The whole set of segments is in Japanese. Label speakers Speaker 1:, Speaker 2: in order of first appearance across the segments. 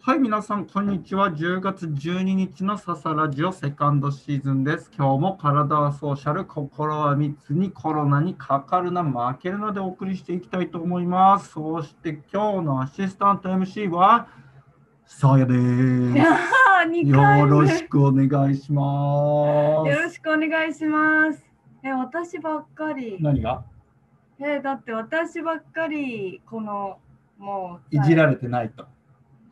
Speaker 1: はい、皆さん、こんにちは。10月12日のササラジオセカンドシーズンです。今日も体はソーシャル、心は密にコロナにかかるな、負けるなでお送りしていきたいと思います。そして今日のアシスタント MC は、さあやで
Speaker 2: いやー
Speaker 1: す。
Speaker 2: 二回
Speaker 1: よ
Speaker 2: 目
Speaker 1: ろしくお願いしま
Speaker 2: よろ
Speaker 1: す。
Speaker 2: しくお願いします。え、私ばっかり。
Speaker 1: 何が
Speaker 2: え、だって私ばっかり、この、もう
Speaker 1: い
Speaker 2: さ。
Speaker 1: じられてないと。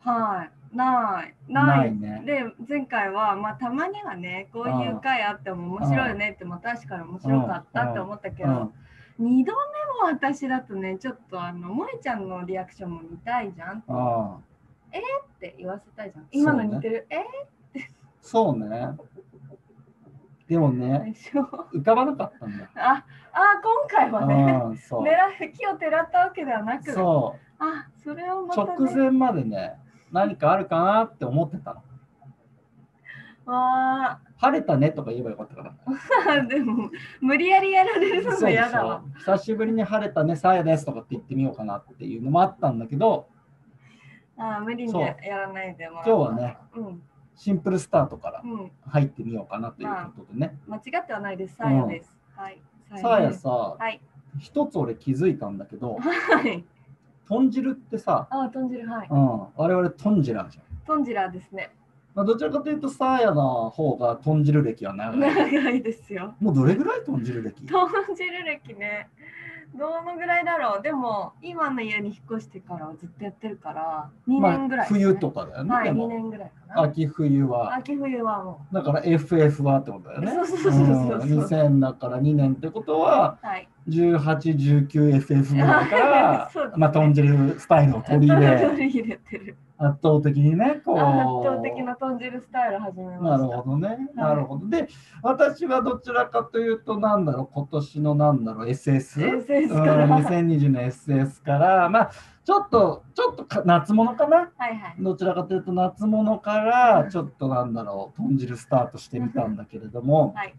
Speaker 2: はい。ない。な
Speaker 1: な
Speaker 2: い。
Speaker 1: いね
Speaker 2: で、前回は、まあ、たまにはね、こういう回あっても面白いねって、まあ、確かに面白かったって思ったけ
Speaker 1: うん
Speaker 2: ど、二度目も私だとね、ちょっと、あの、萌ちゃんのリアクションも見たいじゃん
Speaker 1: ああ
Speaker 2: って言わせたいじゃん。今の似てる。
Speaker 1: そうね。でも
Speaker 2: え
Speaker 1: ね、
Speaker 2: でしょ。
Speaker 1: 浮かばなかったんだ。
Speaker 2: あ、あ、今回はね、
Speaker 1: うん、そう。
Speaker 2: 狙い、木をてらったわけではなく、
Speaker 1: そう。
Speaker 2: あ、それをまた、ね、
Speaker 1: 直前までね何かあるかなって思ってたの
Speaker 2: わ
Speaker 1: 晴れたねとか言えばよかったから
Speaker 2: あ、でも無理やりやられるの
Speaker 1: そう
Speaker 2: も
Speaker 1: でし
Speaker 2: 嫌だわ
Speaker 1: ょ。久しぶりに晴れたねさあやですとかって言ってみようかなっていうのもあったんだけど
Speaker 2: あー無理にやらないでもらった
Speaker 1: 今日は。ね
Speaker 2: うん
Speaker 1: シンプルスタートから
Speaker 2: うん
Speaker 1: 入ってみようかなということでね
Speaker 2: 間違ってはないです。さやです。はい。
Speaker 1: さあや
Speaker 2: です。
Speaker 1: さ
Speaker 2: はい
Speaker 1: 一つ俺気づいたんだけど
Speaker 2: はい。
Speaker 1: 豚汁ってさ、
Speaker 2: あー豚汁はい。
Speaker 1: うん、我々豚汁あるじゃん、
Speaker 2: 豚汁はですね。
Speaker 1: まあ、どちらかというとさあやの方が豚汁歴は長い
Speaker 2: 長いですよ。
Speaker 1: もうどれぐらい豚汁歴
Speaker 2: 豚汁歴ね。どのぐらいだろう。でも今の家に引っ越してからはずっとやってるから2年ぐらい、
Speaker 1: まあ、冬。とかだよね、
Speaker 2: はい。
Speaker 1: で
Speaker 2: 2
Speaker 1: も
Speaker 2: 年ぐらいかな。
Speaker 1: 秋冬は
Speaker 2: 秋冬はもう。
Speaker 1: だから FF はってことだよね。
Speaker 2: そうそうそうそう
Speaker 1: うん2000だから2年ってことは
Speaker 2: はい。
Speaker 1: 18、19FF ぐらいか
Speaker 2: そう
Speaker 1: ら、
Speaker 2: ですね
Speaker 1: まあ、豚汁スタイルを取り入 れ、
Speaker 2: 取り入れてる。
Speaker 1: 圧倒的にね、こう。
Speaker 2: あ圧倒的な豚汁スタイル始めました。
Speaker 1: なるほどね。なるほど。で、私はどちらかというと、なんだろう、今年のなんだろう、SS?
Speaker 2: 先生
Speaker 1: うん、
Speaker 2: から。はい
Speaker 1: 2020の SS から、まあ、ちょっと、ちょっとか夏物かな
Speaker 2: はい。
Speaker 1: どちらかというと夏物からちょっとなんだろう豚汁スタートしてみたんだけれども、
Speaker 2: はい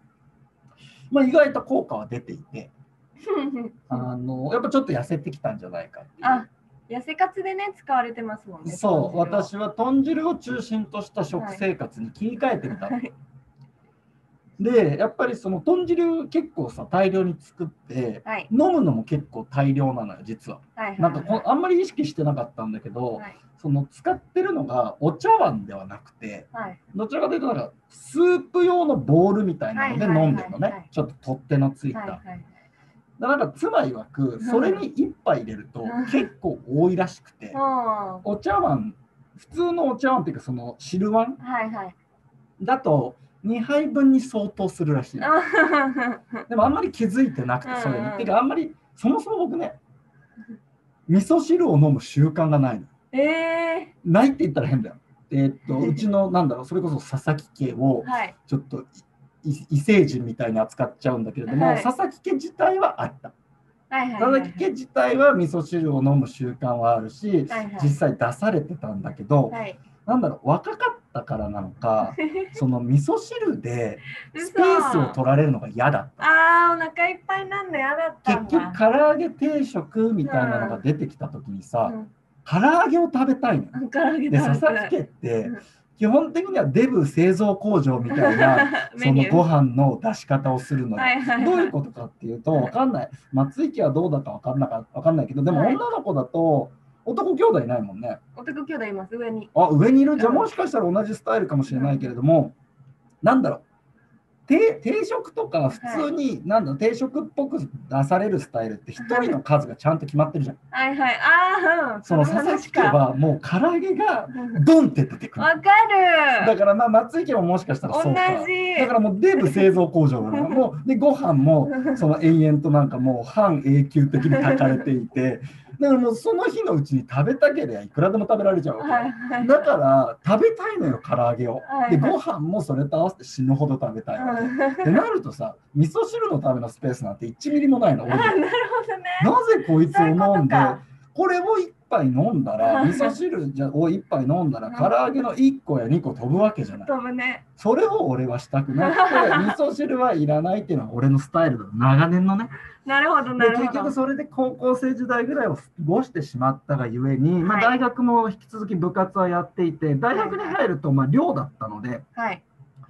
Speaker 1: まあ、意外と効果は出ていて、 あのやっぱちょっと痩せてきたんじゃないかっていう
Speaker 2: あ、痩せ活でね、使われてますもんね。
Speaker 1: そう
Speaker 2: 豚汁
Speaker 1: 私は豚汁を中心とした食生活に切り替えてみた
Speaker 2: は。
Speaker 1: の、
Speaker 2: はい。
Speaker 1: でやっぱりその豚汁結構さ大量に作って
Speaker 2: はい。
Speaker 1: 飲むのも結構大量なのよ実は
Speaker 2: はい。
Speaker 1: なんかこあんまり意識してなかったんだけど、
Speaker 2: はい。
Speaker 1: その使ってるのがお茶碗ではなくて、
Speaker 2: はい。
Speaker 1: どちらかというとなんかスープ用のボールみたいなので
Speaker 2: はいはいはい
Speaker 1: 飲んでるの
Speaker 2: は
Speaker 1: ね
Speaker 2: い
Speaker 1: ちょっと取っ手のついた、
Speaker 2: はい。は
Speaker 1: だか
Speaker 2: い。
Speaker 1: らなんか妻曰くそれに1杯入れると
Speaker 2: うん
Speaker 1: 結構多いらしくて
Speaker 2: は
Speaker 1: お茶碗普通のお茶碗っていうかその汁碗
Speaker 2: い。は い。はい。
Speaker 1: だと2杯分に相当するらしい
Speaker 2: あはは
Speaker 1: でもあんまり気づいてなくてそれ
Speaker 2: うん
Speaker 1: に
Speaker 2: うん
Speaker 1: てかあんまりそもそも僕ね味噌汁を飲む習慣がないの
Speaker 2: え
Speaker 1: ないって言ったら変だよえーっ とうちのなんだろうそれこそ佐々木家を
Speaker 2: ー。はい。
Speaker 1: ちょっといい異星人みたいに扱っちゃうんだけれども、
Speaker 2: はい
Speaker 1: 佐々木家自体はあった
Speaker 2: はい。はい。
Speaker 1: 佐々木家自体は味噌汁を飲む習慣はあるし、
Speaker 2: はいはい
Speaker 1: 実際出されてたんだけど、
Speaker 2: はい。
Speaker 1: なんだろう若かったからなのかその味噌汁で
Speaker 2: 嘘
Speaker 1: スペースを取られるのが嫌だった
Speaker 2: ああ、お腹いっぱいなんの嫌だったん
Speaker 1: 結
Speaker 2: だ。
Speaker 1: 局唐揚げ定食みたいなのが出てきた時にさ、唐揚げを食べたいのよ
Speaker 2: うん。唐揚げ食べ
Speaker 1: で
Speaker 2: たい
Speaker 1: 佐々木家って
Speaker 2: うん
Speaker 1: 基本的にはデブ製造工場みたいなそ
Speaker 2: メ
Speaker 1: の
Speaker 2: ニュー
Speaker 1: ご飯の出し方をするのよ。
Speaker 2: はいはいはい
Speaker 1: どういうことかっていうとわかんない松井家はどうだかわかんなかわかんないけどでも
Speaker 2: はい
Speaker 1: 女の子だと男兄弟いないもんね
Speaker 2: 男兄弟います、上に。
Speaker 1: あ上にいるじゃあ
Speaker 2: うん
Speaker 1: もしかしたら同じスタイルかもしれないけれどもなんだろう定定食とか普通に、なんだろう定食っぽく出されるスタイルって一人の数がちゃんと決まってるじゃん。
Speaker 2: はいはい。ああ、うん。
Speaker 1: その
Speaker 2: こ
Speaker 1: 佐々
Speaker 2: 話
Speaker 1: 木家はもう唐揚げがドンって出てくる。
Speaker 2: わか
Speaker 1: だ
Speaker 2: る
Speaker 1: からまあ松井家ももしかしたら
Speaker 2: 同
Speaker 1: そうか。
Speaker 2: じ
Speaker 1: だからもうデブ製造工場なのも うでご飯もその延々となんかもう半永久的に炊かれていてだからもうその日のうちに食べたければいくらでも食べられちゃうわけ
Speaker 2: はいはい
Speaker 1: だから食べたいのよ唐揚げを
Speaker 2: はい
Speaker 1: でご飯もそれと合わせて死ぬほど食べたいわ
Speaker 2: うん
Speaker 1: けってなるとさ味噌汁のためのスペースなんて1ミリもないの
Speaker 2: あ
Speaker 1: 俺
Speaker 2: な
Speaker 1: な
Speaker 2: るほどね
Speaker 1: ぜこいつを
Speaker 2: そういう
Speaker 1: 飲ん
Speaker 2: こと
Speaker 1: で
Speaker 2: か
Speaker 1: これを1杯飲んだら、味噌汁じゃを一杯飲んだら、唐揚げの1個や2個飛ぶわけじゃない。
Speaker 2: 飛ぶね。
Speaker 1: それを俺はしたくなくて、味噌汁はいらないっていうのは俺のスタイルだ。長年のね。
Speaker 2: なるほど、な
Speaker 1: で
Speaker 2: る
Speaker 1: 結
Speaker 2: ほ
Speaker 1: 局
Speaker 2: ど。
Speaker 1: それで高校生時代ぐらいを過ごしてしまったがゆえに、まあ、
Speaker 2: は
Speaker 1: 大学も引き続き部活はやっていて大学に入るとまあ寮だったので
Speaker 2: はい。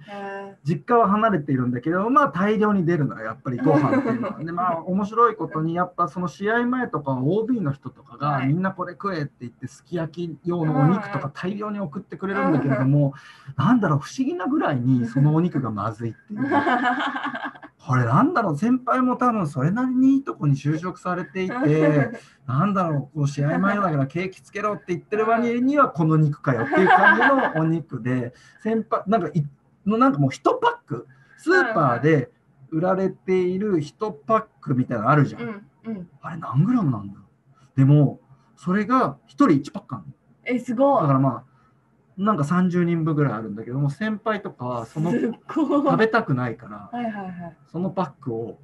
Speaker 2: え
Speaker 1: 実家は離れているんだけど、まあ、大量に出るのよやっぱりご飯っていう のは。でまあ面白いことにやっぱその試合前とかは OB の人とかが、
Speaker 2: はい
Speaker 1: みんなこれ食えって言ってすき焼き用のお肉とか大量に送ってくれるんだけれども、なんだろう不思議なぐらいにそのお肉がまずいっていう。
Speaker 2: ー
Speaker 1: これなんだろう先輩も多分それなりにいいとこに就職されてい てなんだろうこう試合前だからケーキつけろって言ってる割にはこの肉かよっていう感じのお肉で先輩なんかいのなんかもう1パックスーパーで売られている1パックみたいなのあるじゃん、
Speaker 2: うん、うん。
Speaker 1: あれ何グラムなんだろうでもそれが1人1パックあるの
Speaker 2: え、すごい
Speaker 1: だか。らまあなんか30人分ぐらいあるんだけども先輩とかその
Speaker 2: す
Speaker 1: 食
Speaker 2: っごい。は
Speaker 1: べたくないから
Speaker 2: いはいはい。
Speaker 1: そのパックを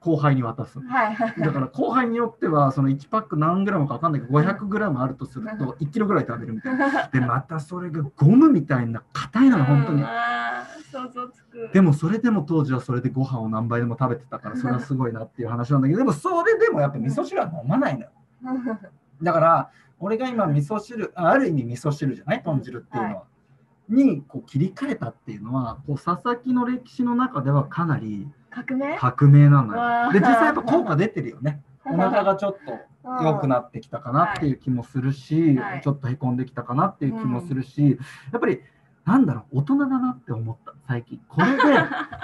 Speaker 1: 後輩に渡す。
Speaker 2: はいはい
Speaker 1: だから後輩によってはその1パック何グラムか分かんないけど500グラムあるとすると1キロぐらい食べるみたいな。でまたそれがゴムみたいな硬いのよ本当
Speaker 2: うん
Speaker 1: に。
Speaker 2: あー想像つく。
Speaker 1: で
Speaker 2: も、
Speaker 1: もそれでも当時はそれでご飯を何杯でも食べてたからそれはすごいなっていう話なんだけどでもそれでもやっぱ味噌汁は飲まないのよ。だから俺が今味噌汁あある意味味噌汁じゃない豚汁っていうのは。にこう切り替えたっていうのはこう佐々木の歴史の中ではかなり
Speaker 2: 革命
Speaker 1: 革命なの
Speaker 2: わ
Speaker 1: よ。
Speaker 2: あ
Speaker 1: で実際やっぱ効果出てるよね。お腹がちょっと良 くなってきたかなっていう気もするし、
Speaker 2: はい
Speaker 1: ちょっとへこんできたかなっていう気もするし、やっぱりなんだろう大人だなって思った最近こ れで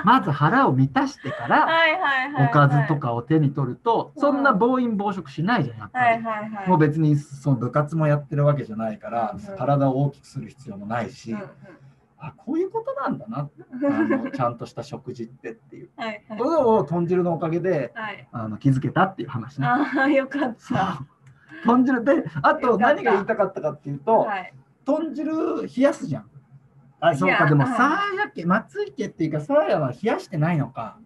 Speaker 1: まず腹を満たしてか
Speaker 2: うん
Speaker 1: ら
Speaker 2: はいはいはいは
Speaker 1: お
Speaker 2: い。
Speaker 1: かずと。かを手に取ると、
Speaker 2: うん
Speaker 1: そんな暴飲暴食しないじゃんやっぱり、
Speaker 2: はいはいはい。
Speaker 1: もう別にその部活もやってるわけじゃないから、
Speaker 2: うんうん
Speaker 1: 体を大きくする必要もないし、
Speaker 2: うんうん
Speaker 1: あこういうことなんだなあのちゃんとした食事ってっていう
Speaker 2: はいはい
Speaker 1: ことを豚汁のおかげで
Speaker 2: はい。
Speaker 1: あの気づけたっていう話ね。
Speaker 2: ああ、よかっ
Speaker 1: そう
Speaker 2: た。。
Speaker 1: 豚汁で、あ
Speaker 2: よか
Speaker 1: と
Speaker 2: った
Speaker 1: 何が言いたかったかっていうと、
Speaker 2: はい。
Speaker 1: 豚汁冷やすじゃん。あ、そう
Speaker 2: い
Speaker 1: か、
Speaker 2: や
Speaker 1: でも、
Speaker 2: うん
Speaker 1: さあやけ、松井家っていうか、さあやは冷やしてないのか。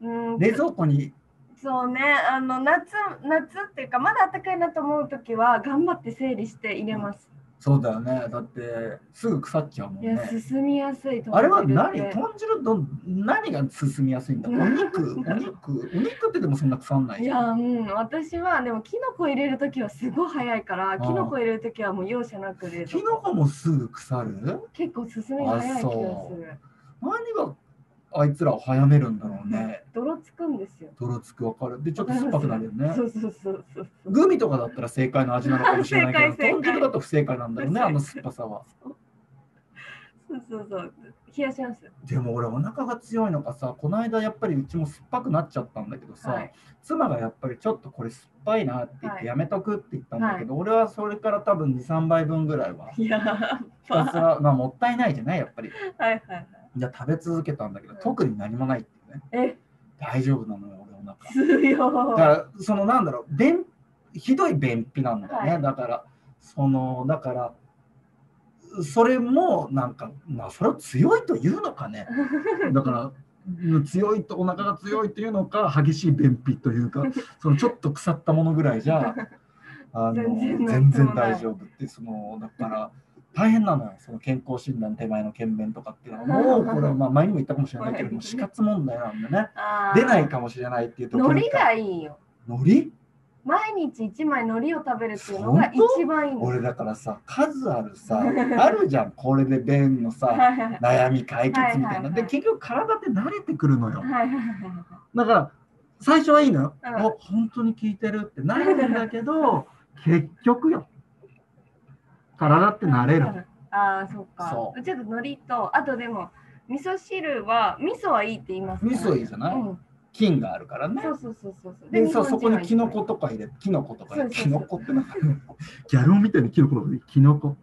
Speaker 2: うん
Speaker 1: 冷蔵庫に、
Speaker 2: そうね、あの夏、夏っていうか、まだ暖かいなと思うときは、頑張って整理して入れます。
Speaker 1: そうだよね、だって、すぐ腐っちゃうもん
Speaker 2: いや、
Speaker 1: ね。
Speaker 2: 進みやすいと
Speaker 1: あれは
Speaker 2: 豚
Speaker 1: 何
Speaker 2: 汁って
Speaker 1: 豚汁どん何が進みやすいんだお肉お肉お肉ってでもそんな腐んない
Speaker 2: い
Speaker 1: じゃん
Speaker 2: や、うん、私はでもキノコ入れるときはすごい早いから、
Speaker 1: ん
Speaker 2: キノコ入れるときはもう容赦なく入れる
Speaker 1: キノコもすぐ腐る
Speaker 2: 結構進みが早い気がする。
Speaker 1: 何があいつらを早めるんだろうね
Speaker 2: 泥つくんですよ。
Speaker 1: 泥つく分かるでちょっと酸っぱくなるよね
Speaker 2: そうそうそうそうそう。
Speaker 1: グミとかだったら正解の味なのかもしれないけ
Speaker 2: 正解正
Speaker 1: ど、
Speaker 2: 解
Speaker 1: 豚汁だと不正解なんだろうね、
Speaker 2: 不正
Speaker 1: あ
Speaker 2: 解
Speaker 1: の酸っぱさは。
Speaker 2: そうそうそう。冷やします。
Speaker 1: でも俺お腹が強いのかさ、この間やっぱりうちも酸っぱくなっちゃったんだけどさ、
Speaker 2: はい。
Speaker 1: 妻がやっぱりちょっとこれ酸っぱいなって言っ
Speaker 2: は
Speaker 1: て
Speaker 2: い
Speaker 1: やめとくって言ったんだけど、俺はそれから多分2、3杯分ぐらい は。
Speaker 2: いや、
Speaker 1: ひたすら、まあもったいないじゃない、やっぱり。
Speaker 2: はいはいはい。
Speaker 1: じゃあ食べ続けたんだけど、
Speaker 2: うん
Speaker 1: 特に何もないっていうね。
Speaker 2: え、
Speaker 1: 大丈夫なのよ、俺お腹。だか
Speaker 2: 強い。
Speaker 1: らそのなんだろう便ひどい便秘なんだよね、
Speaker 2: はい
Speaker 1: だからそのだからそれもなんかまあそれを強いというのかねだからうん強いとお腹が強いというのか激しい便秘というかそのちょっと腐ったものぐらいじゃあの全
Speaker 2: 全然
Speaker 1: 然
Speaker 2: なんともない
Speaker 1: 大丈夫ってそのだから大変なのよその健康診断手前の検便とかっていうのはもうこれはまあ前にも言ったかもしれないけども死活問題なんでね
Speaker 2: あー
Speaker 1: 出ない。かもしれないっていうところ
Speaker 2: 海苔がいいよ。
Speaker 1: 海苔
Speaker 2: 毎日一枚海苔を食べるっていうのが
Speaker 1: 本当
Speaker 2: 一番いいの。
Speaker 1: 俺だからさ数あるさあるじゃんこれで便の
Speaker 2: はい
Speaker 1: さ
Speaker 2: はいはい
Speaker 1: 悩み解決みたいな、
Speaker 2: はいはいはい
Speaker 1: で結局体って慣れてくるのよ
Speaker 2: はいはい
Speaker 1: だから最初はいいのよ、
Speaker 2: うん
Speaker 1: お本当に効いてるってなるんだけど結局よ体って慣れる
Speaker 2: はい。ああ、そうか。
Speaker 1: そ
Speaker 2: ちょっと海苔と、あとでも、味噌汁は、味噌はいいって言います、
Speaker 1: 味噌い
Speaker 2: い。
Speaker 1: いじゃない、
Speaker 2: うん。
Speaker 1: 菌があるからね
Speaker 2: そうそうそうそうそう。
Speaker 1: で
Speaker 2: 日
Speaker 1: そう
Speaker 2: 本人
Speaker 1: そ
Speaker 2: は
Speaker 1: こにキノコとか入れキノコとか入れ
Speaker 2: そう
Speaker 1: キ
Speaker 2: そうそ
Speaker 1: ノ
Speaker 2: う
Speaker 1: コってなんかギャル男みたいにキノコのことでキ ノコ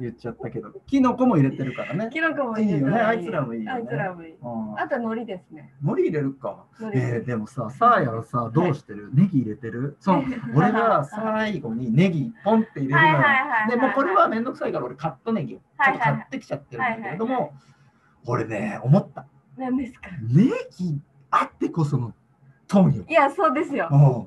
Speaker 1: 言っちゃったけどキノコも入れてるからね
Speaker 2: キノコも
Speaker 1: いいよねあい
Speaker 2: 入れたら
Speaker 1: つらもいいよ
Speaker 2: あ
Speaker 1: ね
Speaker 2: いつらもいい。
Speaker 1: うん
Speaker 2: あと海苔ですね。
Speaker 1: 海苔入れるか
Speaker 2: 海苔。
Speaker 1: えー、でもさ、サーヤはさ、どうしてる、ネギ入れてるその俺が最後にネギポンって入れるの
Speaker 2: はい
Speaker 1: よ
Speaker 2: はいはいはい、はい。
Speaker 1: でもうこれはめんどくさいから俺カットネギをち
Speaker 2: は
Speaker 1: ょ
Speaker 2: い
Speaker 1: っ
Speaker 2: は
Speaker 1: と
Speaker 2: いはい
Speaker 1: 買ってきちゃってるんだけれども、
Speaker 2: はいは
Speaker 1: 俺ね、思った。
Speaker 2: 何ですか
Speaker 1: ネギあってこそのトンよ。
Speaker 2: いや、そうですよ。
Speaker 1: うん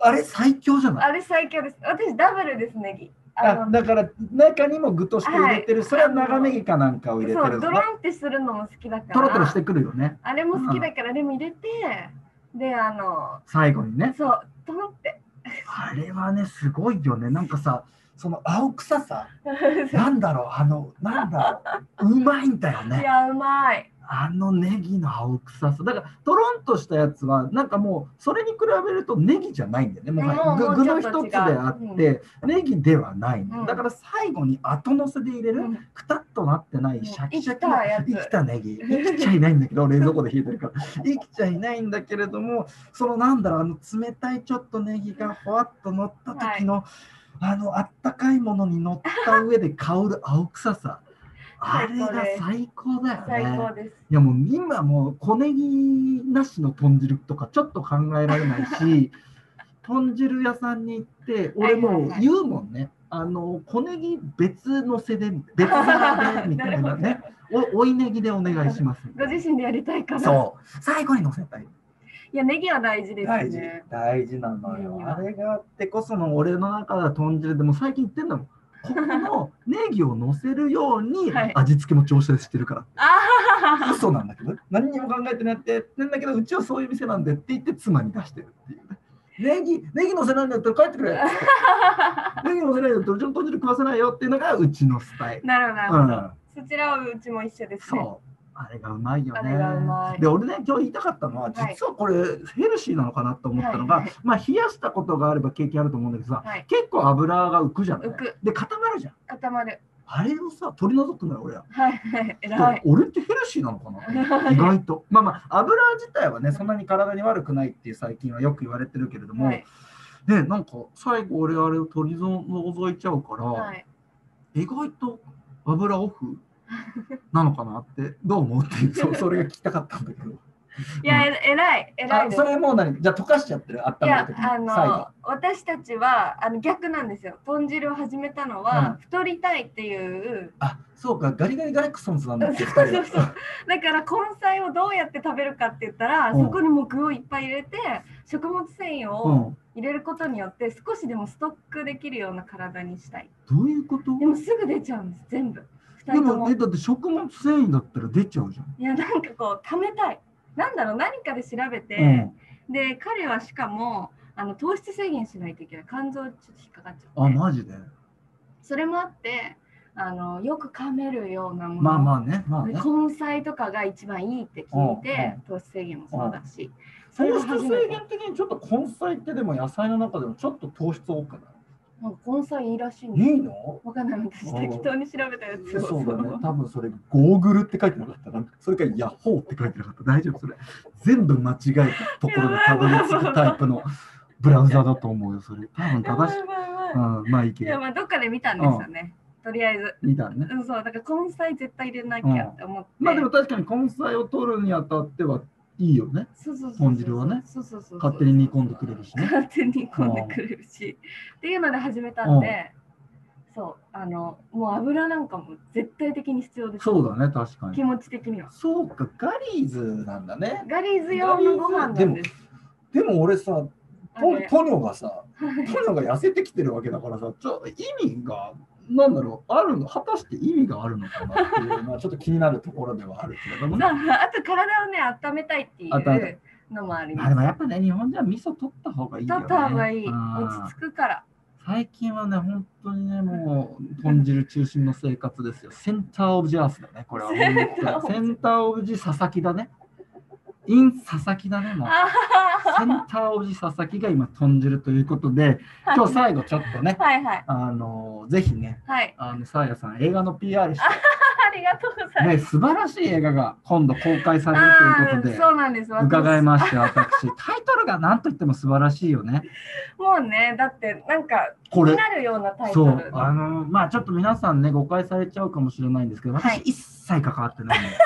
Speaker 1: あれ最強じゃない
Speaker 2: あれ最強です。私ダブルですねぎ。あ
Speaker 1: あ
Speaker 2: の
Speaker 1: だから中にも具として入れてる、それは長ネギかなんかを入れて
Speaker 2: そ
Speaker 1: る
Speaker 2: うド
Speaker 1: の
Speaker 2: ロ
Speaker 1: ね
Speaker 2: ンってするのも好きだから。
Speaker 1: トロトロしてくるよね
Speaker 2: あれも好きだから、でも入れて、であの
Speaker 1: 最後にね
Speaker 2: そうトロンって。
Speaker 1: あれはね、すごいよね。なんかさ、その青臭さ、なんだろう、あの、なんだろう、うまいんだよ
Speaker 2: い
Speaker 1: ね。
Speaker 2: やうまい。
Speaker 1: あのネギの青臭さ。だから、トロンとしたやつは、なんかもう、それに比べるとネギじゃないんだよね。もう
Speaker 2: もう
Speaker 1: 具
Speaker 2: もう
Speaker 1: 具の
Speaker 2: ち
Speaker 1: 一
Speaker 2: ょっと
Speaker 1: つであって、ネギではないの、
Speaker 2: うん
Speaker 1: だから最後に後乗せで入れる、
Speaker 2: うん
Speaker 1: くたっとなってないシャキシャキな
Speaker 2: うん生きたやつ
Speaker 1: 生きたネギ生きちゃいないんだ けど冷蔵庫で冷えてるから生きちゃいないんだけれどもそのなんだろうあの冷たいちょっとネギがほわっと乗った時の、あのあったかいものに乗った上で香る青臭 さあれが最高だよね。
Speaker 2: 最高です。
Speaker 1: いやもう今もう小ネギなしの豚汁とかちょっと考えられない し豚汁屋さんに行って俺もう言うもんねあの小ネギ別のせで別皿でみたいな
Speaker 2: なる
Speaker 1: ねお追いネギでお願いします
Speaker 2: ご自身でやりたいから。
Speaker 1: そう最後に乗せたい
Speaker 2: いやネギは大事です
Speaker 1: 大事
Speaker 2: ね。
Speaker 1: 大事なのよ
Speaker 2: いいよ
Speaker 1: あれがあってこその俺の中では豚汁でも最近言ってんだもんここ のネギを乗せるように
Speaker 2: はい
Speaker 1: 味付けも調整してるから
Speaker 2: あははは
Speaker 1: 嘘なんだけど何にも考えてなくてやってんだけどうちはそういう店なんでって言って妻に出してるっていうねネギネギのせないんだったら帰ってくれっつって
Speaker 2: は。
Speaker 1: ネギのせないんだったらうちの豚汁食わせないよっていうのがうちのスタイル、
Speaker 2: なるほどなる
Speaker 1: う
Speaker 2: ほど。
Speaker 1: ん、
Speaker 2: そちらはうちも一緒ですね。
Speaker 1: そうあれがうまいよ
Speaker 2: あれがうま
Speaker 1: ね
Speaker 2: い
Speaker 1: で俺ね今日言いたかったのは
Speaker 2: はい
Speaker 1: 実はこれヘルシーなのかなと思ったのが、
Speaker 2: はい
Speaker 1: まあ冷やしたことがあれば経験あると思うんだけどさ、
Speaker 2: はい
Speaker 1: 結構油が浮くじゃない
Speaker 2: 浮く
Speaker 1: で固まるじゃん
Speaker 2: 固まる。
Speaker 1: あれをさ取り除くのよ俺は
Speaker 2: はいはい
Speaker 1: で
Speaker 2: 偉い。
Speaker 1: 俺ってヘルシーなのかな意外とまあまあ油自体はねそんなに体に悪くないっていう最近はよく言われてるけれども、
Speaker 2: はい
Speaker 1: ねなんか最後俺あれを取り除いちゃうから、
Speaker 2: はい。
Speaker 1: 意外と油オ フなのかなってどう思うっていうそうそれが聞きたかったんだけど
Speaker 2: いやえ偉い偉い
Speaker 1: あ
Speaker 2: です
Speaker 1: そ。れもう何じゃあ溶かしちゃってるあった
Speaker 2: い
Speaker 1: める
Speaker 2: や
Speaker 1: 時に
Speaker 2: あ
Speaker 1: 最後
Speaker 2: の私たちはあの逆なんですよ豚汁を始めたのは、太りたいっていう
Speaker 1: あそうかガリガリガレクソンズなんだっけ
Speaker 2: そうそう
Speaker 1: 二人は
Speaker 2: だから根菜をどうやって食べるかって言ったら、
Speaker 1: うん
Speaker 2: そこにも具をいっぱい入れて食物繊維
Speaker 1: う
Speaker 2: を
Speaker 1: ん
Speaker 2: 入れることによって少しでもストックできるような体にしたい
Speaker 1: どういうこと
Speaker 2: でもすぐ出ちゃうんです全部2
Speaker 1: で
Speaker 2: 人と
Speaker 1: も
Speaker 2: も
Speaker 1: えだって食物繊維だったら出ちゃうじゃん、
Speaker 2: いやなんかこう貯めたいなんだろう何かで調べて、で彼はしかもあの糖質制限しないといけない肝臓ちょっと引っかかっちゃって
Speaker 1: うんあマジで
Speaker 2: それもあってあのよく噛めるようなもの、
Speaker 1: まあまあねまあ
Speaker 2: で
Speaker 1: ね
Speaker 2: 根菜とかが一番いいって聞いて、糖質制限もそうだし、それ
Speaker 1: 糖
Speaker 2: も
Speaker 1: 質
Speaker 2: 初め
Speaker 1: 制
Speaker 2: て
Speaker 1: 限的にちょっと根菜ってでも野菜の中でもちょっと糖質多くな
Speaker 2: なんか根菜いいらしいん
Speaker 1: い
Speaker 2: で
Speaker 1: い
Speaker 2: す
Speaker 1: いの
Speaker 2: わかんない私
Speaker 1: うん
Speaker 2: 適当に調べたやつを
Speaker 1: そうだね多分それゴーグルって書いてなかったなそれからヤッホーって書いてなかった大丈夫それ全部間違えたところでたどり着くタイプの ブラウザだと思うよそれ多分
Speaker 2: やば
Speaker 1: 正
Speaker 2: い
Speaker 1: しい
Speaker 2: や、ばいやばい
Speaker 1: うん、まあいいけ
Speaker 2: いや
Speaker 1: ど
Speaker 2: まあどっかで見たんですよね、とりあえず
Speaker 1: みたいなね
Speaker 2: うんそうだから根菜絶対入れなきゃって思って、
Speaker 1: まあでも確かに根菜を取るにあたってはいいよね
Speaker 2: そうそうそうそう
Speaker 1: 豚汁はね
Speaker 2: そうそうそうそう
Speaker 1: 勝手に煮込んでくれるしね
Speaker 2: 勝手に煮込んでくれるし、っていうので始めたんで、そうあのもう油なんかも絶対的に必要です
Speaker 1: そうだね確か
Speaker 2: 気
Speaker 1: に
Speaker 2: 持ち的には
Speaker 1: そうかガリーズなんだね
Speaker 2: ガリーズ用のご飯なんです
Speaker 1: でも俺さ
Speaker 2: あ
Speaker 1: ポ
Speaker 2: れ
Speaker 1: ポニョがさ、ポニョが痩せてきてるわけだからさ、ちょ意味が、なんだろう、あるの、果たして意味があるのかなっていう のは、ちょっと気になるところではあるけれども
Speaker 2: ま
Speaker 1: ね。
Speaker 2: ああと体をね温めたいってい
Speaker 1: 温めた
Speaker 2: うのもあり
Speaker 1: まあ
Speaker 2: ま
Speaker 1: ですもやっぱね、日本人は味噌取った方がいいよ
Speaker 2: 取
Speaker 1: ね。
Speaker 2: った方がいい
Speaker 1: うん
Speaker 2: 落ち着くから
Speaker 1: 最近はね、本当にね、もう、豚汁中心の生活ですよ。センターオブジアースだね、これは。
Speaker 2: センターオブ
Speaker 1: センターオブジ佐々木だね。イン佐々木だね、もう。
Speaker 2: あ
Speaker 1: センターオブジ佐々木が今、豚汁ということで、今日最後ちょっとね、
Speaker 2: はいはい
Speaker 1: あのぜひね、
Speaker 2: はい
Speaker 1: あの、サーヤさん、映画の PR し
Speaker 2: ありがとうござ
Speaker 1: て、
Speaker 2: います、
Speaker 1: ね、素晴らしい映画が今度公開されるという
Speaker 2: あ
Speaker 1: こ
Speaker 2: あ
Speaker 1: とで、
Speaker 2: そうなんです私
Speaker 1: 伺いまして、 私、タイトルが何と言っても素晴らしいよね。
Speaker 2: もうねだってなんか気
Speaker 1: こ
Speaker 2: に
Speaker 1: れ、
Speaker 2: なるようなタイ
Speaker 1: そ
Speaker 2: ト
Speaker 1: う
Speaker 2: ル、
Speaker 1: あの、まあちょっと皆さんね、誤解されちゃうかもしれないんですけど、
Speaker 2: は
Speaker 1: 私
Speaker 2: い、
Speaker 1: 一切関わってないので、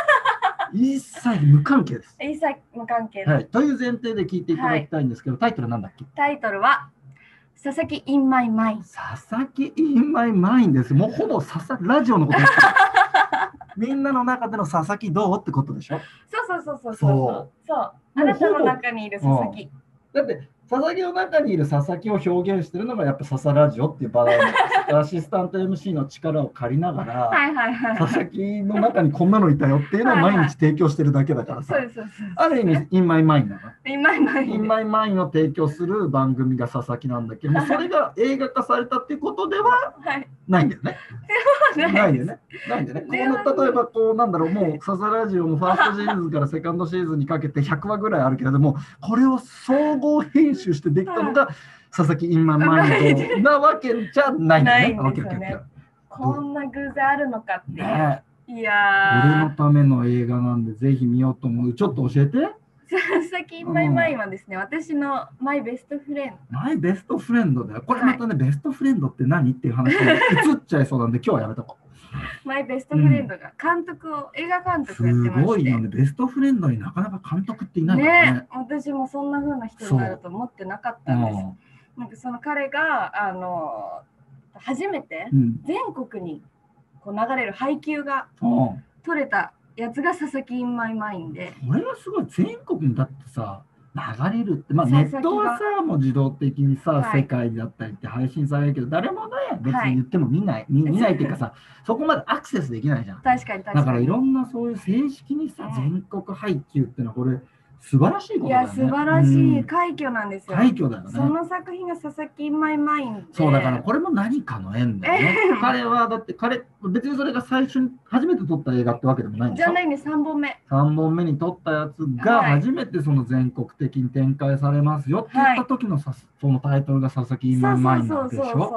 Speaker 1: 一切無関係です。
Speaker 2: 一切無関係の
Speaker 1: はい、という前提で聞いていただきたいんですけど、タイトルなんだっけ
Speaker 2: タイトルは「佐々木 in my mind
Speaker 1: 佐々木 in my mind です。もうほぼ佐々ラジオのことですから みんなの中での佐々木どうってことでしょ」
Speaker 2: そうそうそうそ
Speaker 1: そ
Speaker 2: うそううそうそうあなたの中にいる佐々木
Speaker 1: だって佐々木の中にいる佐々木を表現してるのがやっぱ笹ラジオっていう場なんです。アシスタント MC の力を借りながら、
Speaker 2: はいはいはい。
Speaker 1: 佐々木の中にこんなのいたよっていうのを毎日提供してるだけだから
Speaker 2: そう
Speaker 1: さ。
Speaker 2: ですそうです。
Speaker 1: ある意味、インマイマインなの。
Speaker 2: 今今
Speaker 1: インマイマインを提供する番組が佐々木なんだけども、それが映画化されたっていうことでは
Speaker 2: はい。
Speaker 1: ないんだよね。ないよ
Speaker 2: ね。
Speaker 1: ね。ないよね。こ
Speaker 2: では
Speaker 1: の例えばこうなんだろうもうサザラジオのファーストシーズンからセカンドシーズンにかけて100話ぐらいあるけれどもこれを総合編集してできたのが佐々木インマンマインドなわけじゃないんだよね。
Speaker 2: ないんですよ
Speaker 1: オッケーオ
Speaker 2: ね
Speaker 1: ッケーオッ
Speaker 2: こんな偶然あるのかって
Speaker 1: ケー
Speaker 2: いう。
Speaker 1: ねえ
Speaker 2: い
Speaker 1: 俺の
Speaker 2: や
Speaker 1: ための映画なんでぜひ見ようと思う。ちょっと教えて。
Speaker 2: ー、佐々木マイマインはですね、私のマイベストフレンド。
Speaker 1: マイベストフレンドだよ。これまたね、ベストフレンドって何っていう話に移っちゃいそうなんで今日はやめとこう。
Speaker 2: マイベストフレンドが監督を、映画監
Speaker 1: す
Speaker 2: 督やってま
Speaker 1: ご
Speaker 2: し
Speaker 1: い
Speaker 2: て
Speaker 1: よ。ね。ベストフレンドになかなか監督っていないからね。
Speaker 2: ね、私もそんな風な人になると思ってなかったんです。なんかその彼があの初めて
Speaker 1: うん。うん
Speaker 2: 全国にこう流れる配給が
Speaker 1: うん
Speaker 2: 取れたやつが佐々木インマイマインで、
Speaker 1: これがすごい全国にだってさ流れるってまあ
Speaker 2: 佐
Speaker 1: ネ
Speaker 2: 々木が
Speaker 1: ットはさもう自動的にさ、
Speaker 2: はい
Speaker 1: 世界だったりって配信されるけど誰もね別
Speaker 2: はい
Speaker 1: に言っても見ない、見見ないっていうかさそこまでアクセスできないじゃん
Speaker 2: 確かに確か
Speaker 1: だ
Speaker 2: に。
Speaker 1: からいろんなそういう正式にさ、
Speaker 2: うん
Speaker 1: 全国配給ってのはこれ素晴らしいこと
Speaker 2: い
Speaker 1: だよ
Speaker 2: や
Speaker 1: ね
Speaker 2: 素晴ら
Speaker 1: う
Speaker 2: しい
Speaker 1: ん
Speaker 2: 快挙なんですよ。
Speaker 1: 快挙だよ
Speaker 2: そ
Speaker 1: ね
Speaker 2: の作品が佐々木マイマインで。
Speaker 1: そうだからこれも何かの縁だよね
Speaker 2: ええ
Speaker 1: 彼はだって彼別にそれが最初に初めて撮った映画ってわけでもないんで
Speaker 2: じ
Speaker 1: し
Speaker 2: ゃ
Speaker 1: ょ
Speaker 2: ないね3本目。
Speaker 1: 3本目に取ったやつが
Speaker 2: はい
Speaker 1: 初めてその全国的に展開されますよって言った時のさ、そのタイトルが佐々木今前な
Speaker 2: そ
Speaker 1: わ
Speaker 2: う
Speaker 1: け
Speaker 2: そう
Speaker 1: でし
Speaker 2: そう
Speaker 1: ょ
Speaker 2: そ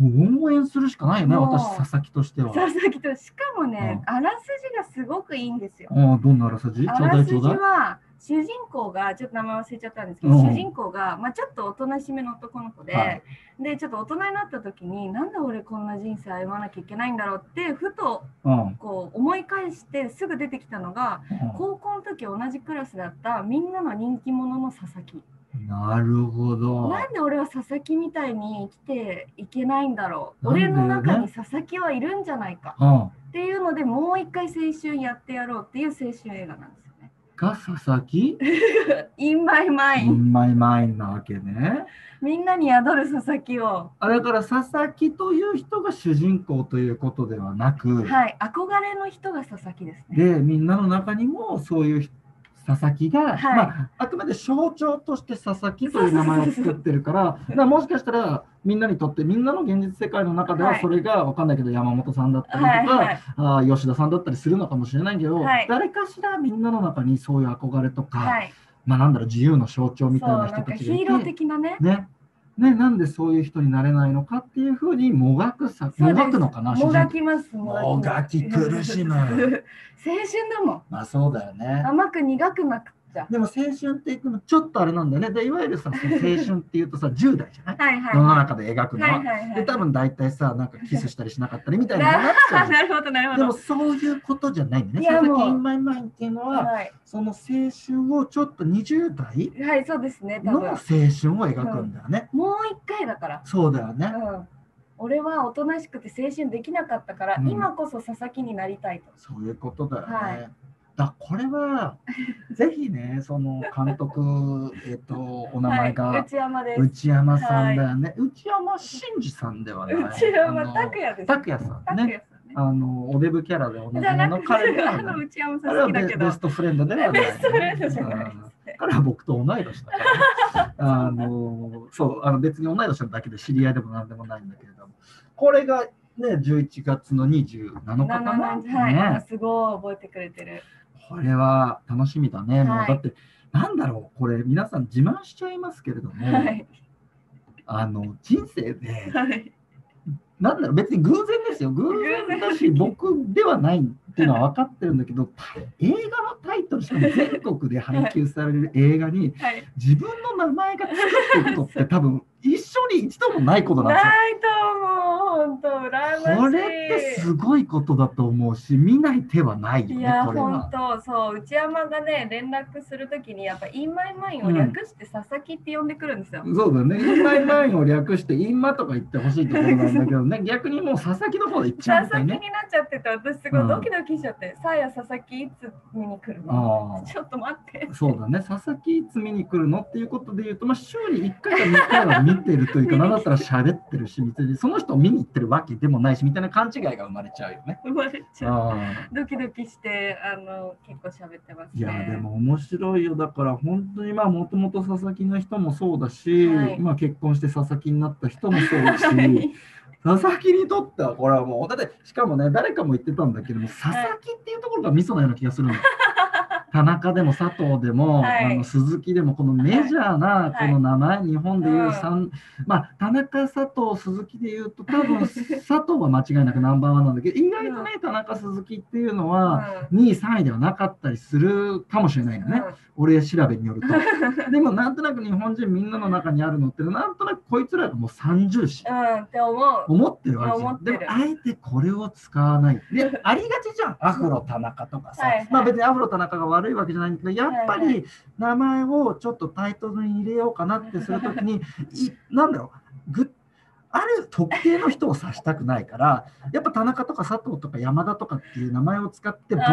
Speaker 2: う。
Speaker 1: もう応援するしかないよね
Speaker 2: もう
Speaker 1: 私佐々木としては
Speaker 2: 佐々木としかもね、あらすじがすごくいいんですよ。
Speaker 1: ああどんなあらさじちょう
Speaker 2: あ
Speaker 1: だ
Speaker 2: ら
Speaker 1: いち
Speaker 2: すじ
Speaker 1: ょうだい
Speaker 2: は主人公がちょっと名前忘れちゃったんですけど、
Speaker 1: うん
Speaker 2: 主人公が、まあ、ちょっとおとなしめの男の子で、
Speaker 1: はい
Speaker 2: でちょっと大人になった時になんで俺こんな人生歩まなきゃいけないんだろうってふと
Speaker 1: うん
Speaker 2: こう思い返してすぐ出てきたのが高校の時同じクラスだったみんなの人気者の佐々木
Speaker 1: うんなるほど
Speaker 2: なんで俺は佐々木みたいに生きていけないんだろう
Speaker 1: なんで
Speaker 2: 俺
Speaker 1: ね
Speaker 2: の中に佐々木はいるんじゃないか
Speaker 1: うん
Speaker 2: っていうのでもう一回青春やってやろうっていう青春映画なんですよね。
Speaker 1: が佐々木
Speaker 2: In my mind
Speaker 1: 今マイなわけね
Speaker 2: みんなに宿る佐々木を、
Speaker 1: あだから佐々木という人が主人公ということではなく、
Speaker 2: はい、憧れの人が佐々木ですね。
Speaker 1: でみんなの中にもそういう佐々木が、
Speaker 2: はい
Speaker 1: まあ、あくまで象徴として佐々木という名前を作ってる からだからもしかしたらみんなにとってみんなの現実世界の中で
Speaker 2: は
Speaker 1: はいそれがわかんないけど山本さんだったりとか、
Speaker 2: はいはい、
Speaker 1: あー吉田さんだったりするのかもしれないけど、
Speaker 2: はい
Speaker 1: 誰かしらみんなの中にそういう憧れとか、
Speaker 2: はい、
Speaker 1: まあ、なんだろう自由の象徴
Speaker 2: そう
Speaker 1: みたいな
Speaker 2: な
Speaker 1: 人
Speaker 2: んか
Speaker 1: たち
Speaker 2: ヒ
Speaker 1: がい
Speaker 2: ーロー
Speaker 1: て。
Speaker 2: 的なね。
Speaker 1: ねね、なんでそういう人になれないのかっていうふうにもがくさ
Speaker 2: そう
Speaker 1: も
Speaker 2: です
Speaker 1: がくのかな
Speaker 2: も
Speaker 1: 主
Speaker 2: が
Speaker 1: 人公
Speaker 2: きます。
Speaker 1: もがき
Speaker 2: ます
Speaker 1: 苦しむ
Speaker 2: 青春だもん。
Speaker 1: まあそうだよね
Speaker 2: 甘く苦くなくっちゃ。
Speaker 1: でも青春って言ってもちょっとあれなんだよね。でいわゆるさ、その青春っていうとさ、10代じゃない
Speaker 2: はいはい。
Speaker 1: 世の中で描くの
Speaker 2: はい
Speaker 1: は。
Speaker 2: はいは
Speaker 1: で、
Speaker 2: い。
Speaker 1: 多分大体さ、なんかキスしたりしなかったりみたいなのになっちゃ
Speaker 2: な
Speaker 1: う
Speaker 2: なるほどなる ほ
Speaker 1: で
Speaker 2: ど。
Speaker 1: もそういうことじゃないんだよね。
Speaker 2: いや
Speaker 1: 佐
Speaker 2: もう
Speaker 1: 々木インマイマインっていうのは、
Speaker 2: はい、
Speaker 1: その青春をちょっと20代
Speaker 2: はい、そうですね。多
Speaker 1: の青春
Speaker 2: 分
Speaker 1: を描くんだよね。
Speaker 2: もう一回だから。
Speaker 1: そうだよね。
Speaker 2: うん。俺はおとなしくて青春できなかったから、
Speaker 1: うん
Speaker 2: 今こそ佐々木になりたいと。
Speaker 1: そういうことだよね。
Speaker 2: はい
Speaker 1: だこれ はぜひね、その監督、えっと、お名前が、
Speaker 2: はい、内山です。
Speaker 1: 内山さんだよね。内山真二さんではない。
Speaker 2: 内山拓
Speaker 1: 也。
Speaker 2: 也です。
Speaker 1: 拓也さん
Speaker 2: 拓
Speaker 1: ね。
Speaker 2: 也さんね。
Speaker 1: あの、おデブキャラでおな
Speaker 2: じゃ
Speaker 1: じみ
Speaker 2: な
Speaker 1: の
Speaker 2: くて、
Speaker 1: 彼ではな
Speaker 2: あの
Speaker 1: い。
Speaker 2: 内山さ
Speaker 1: あ
Speaker 2: ん
Speaker 1: れは
Speaker 2: 好きだけ
Speaker 1: ベ
Speaker 2: ど。
Speaker 1: ベストフレンドではない。
Speaker 2: ベストフレンドじゃない
Speaker 1: うん彼は僕と同い年だから。あの、そう、あの別に同い年なだけで知り合いでも何でもないんだけれども。これがね、11月の27日か
Speaker 2: なな
Speaker 1: な。
Speaker 2: なはい、
Speaker 1: ね、
Speaker 2: すごい覚えてくれてる。
Speaker 1: これは楽しみだね。もう
Speaker 2: はい
Speaker 1: だって、なんだろう、これ皆さん自慢しちゃいますけれども、
Speaker 2: はい、
Speaker 1: あの、人生で、
Speaker 2: はい、
Speaker 1: なんだろう別に偶然ですよ偶然だし僕ではないっていうのは分かってるんだけ どタイ映画のタイトルしかも全国で配給される映画に
Speaker 2: はい。
Speaker 1: 自分の名前がつくっていうことって多分一生に一度もないことなんですよ。
Speaker 2: ないと思う、本当、羨ましい。
Speaker 1: これっってすごいことだと思うし、見ない手はないよ
Speaker 2: い
Speaker 1: ね
Speaker 2: や、
Speaker 1: これ
Speaker 2: 本
Speaker 1: は。
Speaker 2: 当そう、内山がね、連絡するときに、やっぱ、インマイマインを略して、佐々木って呼んでくるんですよ。
Speaker 1: そうだね。インマイマインを略して、インマとか言ってほしいところなんだけどね、逆にもう佐々木の方で行っちゃうん
Speaker 2: 佐
Speaker 1: だ
Speaker 2: 々
Speaker 1: よ
Speaker 2: 木
Speaker 1: ね。
Speaker 2: になっちゃってて、私すご
Speaker 1: うん
Speaker 2: いドキドキしちゃって、さあや佐々木いつ見に来る
Speaker 1: あ
Speaker 2: の
Speaker 1: ー
Speaker 2: ちょっと待って。
Speaker 1: そうだね、佐々木いつ見に来るのっていうことで言うと、まあ、週に1回か2回は見てるというか、なんだったら喋ってるし、別にその人を見に行ってるわけでもないし、みたいな勘違いが生まれちゃうよね。
Speaker 2: 生まれちゃう。
Speaker 1: あ
Speaker 2: ドキドキして、あの、結構喋ってます
Speaker 1: ーい
Speaker 2: ね。
Speaker 1: やーでも面白いよだから本当にまあもともと佐々木の人もそうだし、
Speaker 2: はい
Speaker 1: まあ結婚して佐々木になった人もそうだし
Speaker 2: はい。
Speaker 1: 佐々木にとってはこれはもうだってしかもね誰かも言ってたんだけども佐々木っていうところがミソなような気がす るの田中でも佐藤でも、
Speaker 2: はい
Speaker 1: あの鈴木でもこのメジャーな
Speaker 2: は
Speaker 1: こ
Speaker 2: い
Speaker 1: の名前、日本でいううん三、まあ田中佐藤鈴木でいうと多 分佐藤は間違いなくナンバーワンなんだけど意外とね田中鈴木っていうのは、2位、3位ではなかったりするかもしれないの
Speaker 2: うん
Speaker 1: ね、俺調べによる と。でも、なんとなく日本人みんなの中にあるのって、なんとなくこいつらがもう30し、
Speaker 2: うん、って思う。
Speaker 1: 思ってるわけじゃ
Speaker 2: 思
Speaker 1: ん。
Speaker 2: っ
Speaker 1: で
Speaker 2: て
Speaker 1: も
Speaker 2: る、
Speaker 1: あえてこれを使わない。 で、ありがちじゃん、アフロ田中とかさ。
Speaker 2: はいはい
Speaker 1: まあ別にアフロ田中が悪いわけじゃないんだけど、やっぱ
Speaker 2: はい
Speaker 1: り名前をちょっとタイトルに入れようかなってするときに、いなんだろう、ぐある特定の人を指したくないから、やっぱ田中とか佐藤とか山田とかっていう名前を使ってぼや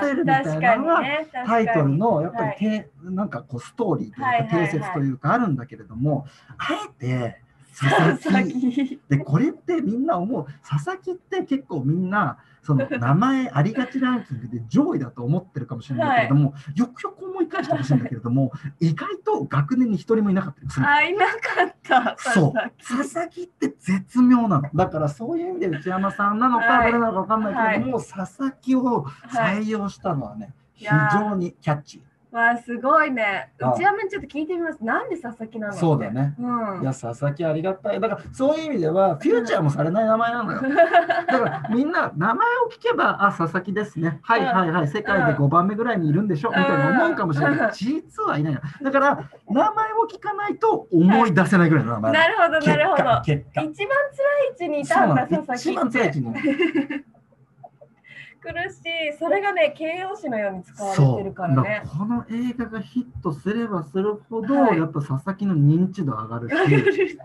Speaker 1: かせるみたいなの
Speaker 2: あー確かに
Speaker 1: が
Speaker 2: ね確か
Speaker 1: タ
Speaker 2: に
Speaker 1: イトルのやっぱ
Speaker 2: は
Speaker 1: り
Speaker 2: い
Speaker 1: て、なんかこうストーリーと
Speaker 2: は
Speaker 1: い
Speaker 2: いは
Speaker 1: う
Speaker 2: い
Speaker 1: か
Speaker 2: はい
Speaker 1: 定説というかあるんだけれども、あえて佐々
Speaker 2: 佐々
Speaker 1: 木
Speaker 2: 木。
Speaker 1: でこれってみんな思う佐々木って結構みんなその名前ありがちランキングで上位だと思ってるかもしれないけれども、よくよく思い返してほしいんだけれども意外と学年に一人もいなかったりするの。
Speaker 2: あ、いなかった。
Speaker 1: そう
Speaker 2: 佐々木
Speaker 1: 佐々木って絶妙なのだからそういう意味で内山さんなのか
Speaker 2: はい
Speaker 1: 誰なのか分かんないけれども、佐々木を採用したのはね、
Speaker 2: いやー
Speaker 1: 非常にキャッチー。
Speaker 2: わあ、すごいね。
Speaker 1: あ
Speaker 2: 内山にちょっと聞いてみます。なんで佐々木なのって
Speaker 1: そうだ。ね。
Speaker 2: うん。
Speaker 1: いや、佐々木ありがたい。だから、そういう意味では、フューチャーもされない名前な のよ。だから、みんな、名前を聞けば、あ、佐々木ですね。はい
Speaker 2: うん
Speaker 1: はいはい、世界で
Speaker 2: うん
Speaker 1: 5番目ぐらいにいるんでしょみたいな思うかもしれ
Speaker 2: う
Speaker 1: なんい。実はいないの。だから、名前を聞かないと思い出せないぐらいの名前
Speaker 2: なるほど、なるほど。
Speaker 1: 結
Speaker 2: 一
Speaker 1: 果、
Speaker 2: 番辛い位置にい
Speaker 1: 結果。
Speaker 2: たんだ、
Speaker 1: そう
Speaker 2: 佐
Speaker 1: なの
Speaker 2: 々木。
Speaker 1: 一番強いチームなの。
Speaker 2: 苦しい。それがね、形容詞のように使われ
Speaker 1: そ
Speaker 2: て
Speaker 1: う。だ
Speaker 2: る
Speaker 1: か
Speaker 2: かららね。
Speaker 1: この映画がヒットすればするほど、
Speaker 2: はい
Speaker 1: やっぱ佐々木の認知度上がる し、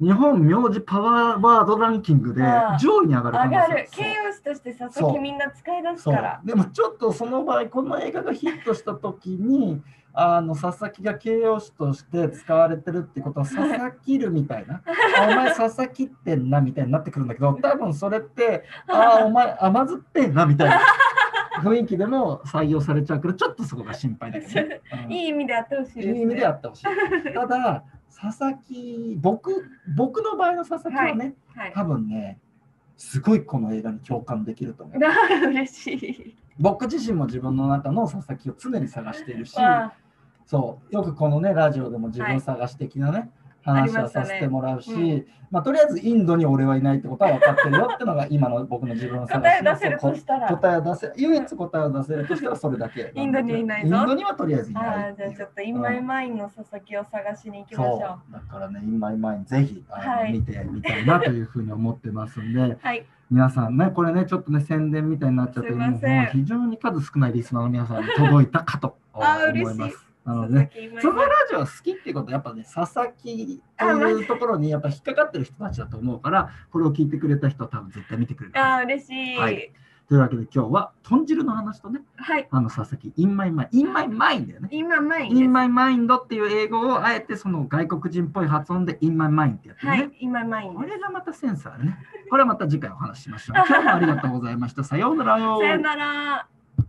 Speaker 1: 日本名字パワーワードランキングで
Speaker 2: うん
Speaker 1: 上位に上がる可能性
Speaker 2: 上がる。
Speaker 1: そう
Speaker 2: 形容詞として佐
Speaker 1: そ
Speaker 2: 々
Speaker 1: う
Speaker 2: 木みんな使い出す
Speaker 1: そ
Speaker 2: か
Speaker 1: う
Speaker 2: ら。
Speaker 1: でもちょっとその場合この映画がヒットした時にあの佐々木が形容詞として使われてるって ことは佐々木るみたいな「あお前佐々木ってんな」みたいになってくるんだけど多分それって「ああお前甘酸っぱいな」みた いな雰囲気でも採用されちゃうからちょっとそこが心配だけどね。うん
Speaker 2: いい意味であってほしいです、ね。
Speaker 1: いい意味 でやってほしい。ただ佐々木僕僕の場合の佐々木はね、
Speaker 2: はい。
Speaker 1: 多分ねすごいこの映画に共感できると思う。
Speaker 2: 嬉しい。
Speaker 1: 僕自身も自分の中の佐々木を常に探しているし、
Speaker 2: わ
Speaker 1: そうよくこのねラジオでも自分探し的なね、
Speaker 2: はい
Speaker 1: 話はさせてもらうし
Speaker 2: あ
Speaker 1: ま、
Speaker 2: りましたね
Speaker 1: あ、とりあえずインドに俺はいないってことは分かってるよってのが今の僕の自分の
Speaker 2: あ
Speaker 1: 探
Speaker 2: 答え
Speaker 1: しの
Speaker 2: 出せる
Speaker 1: そう
Speaker 2: としたら。
Speaker 1: 答えを出せ唯一答えを出せるとしたらそれだけ
Speaker 2: インドにはいないぞ
Speaker 1: インドにはとりあえずいない
Speaker 2: あ
Speaker 1: っ
Speaker 2: あ、
Speaker 1: てい
Speaker 2: じゃ
Speaker 1: う
Speaker 2: あちょっと今イマインの佐々木を探しに行きましょ
Speaker 1: そう
Speaker 2: う。
Speaker 1: だからね、今今にぜひあの、
Speaker 2: はい
Speaker 1: 見てみたいなというふうに思ってますんで、
Speaker 2: はい。
Speaker 1: 皆さんね、これね、ちょっとね、宣伝みたいになっちゃって、
Speaker 2: すい
Speaker 1: も
Speaker 2: ま
Speaker 1: う
Speaker 2: せん
Speaker 1: 非常に数少ないリスナーの皆さんに届いたかと
Speaker 2: あ
Speaker 1: 思
Speaker 2: ー
Speaker 1: いま
Speaker 2: 嬉し
Speaker 1: す
Speaker 2: い。
Speaker 1: なので、ね、
Speaker 2: 木今
Speaker 1: そのラジオ好きっていうことは、やっぱね、佐々木というところにやっぱ引っかかってる人たちだと思うから、これを聞いてくれた人は多分絶対見てくれる。
Speaker 2: ああ、嬉しい。
Speaker 1: は
Speaker 2: はいい。
Speaker 1: というわけで、今日は豚汁の話とね、あの佐々木、インマイマイン、インマイマインだよね。
Speaker 2: 今マイン
Speaker 1: イン
Speaker 2: で
Speaker 1: マイマインドっていう英語をあえてその外国人っぽい発音でインマイマインってやって
Speaker 2: す。
Speaker 1: るね。
Speaker 2: はい。今マイン
Speaker 1: こ
Speaker 2: です。
Speaker 1: れがまたセ ンサーね。これはまた次回お話ししましょう。今日もありがとうございました。さようなら。
Speaker 2: さよなら。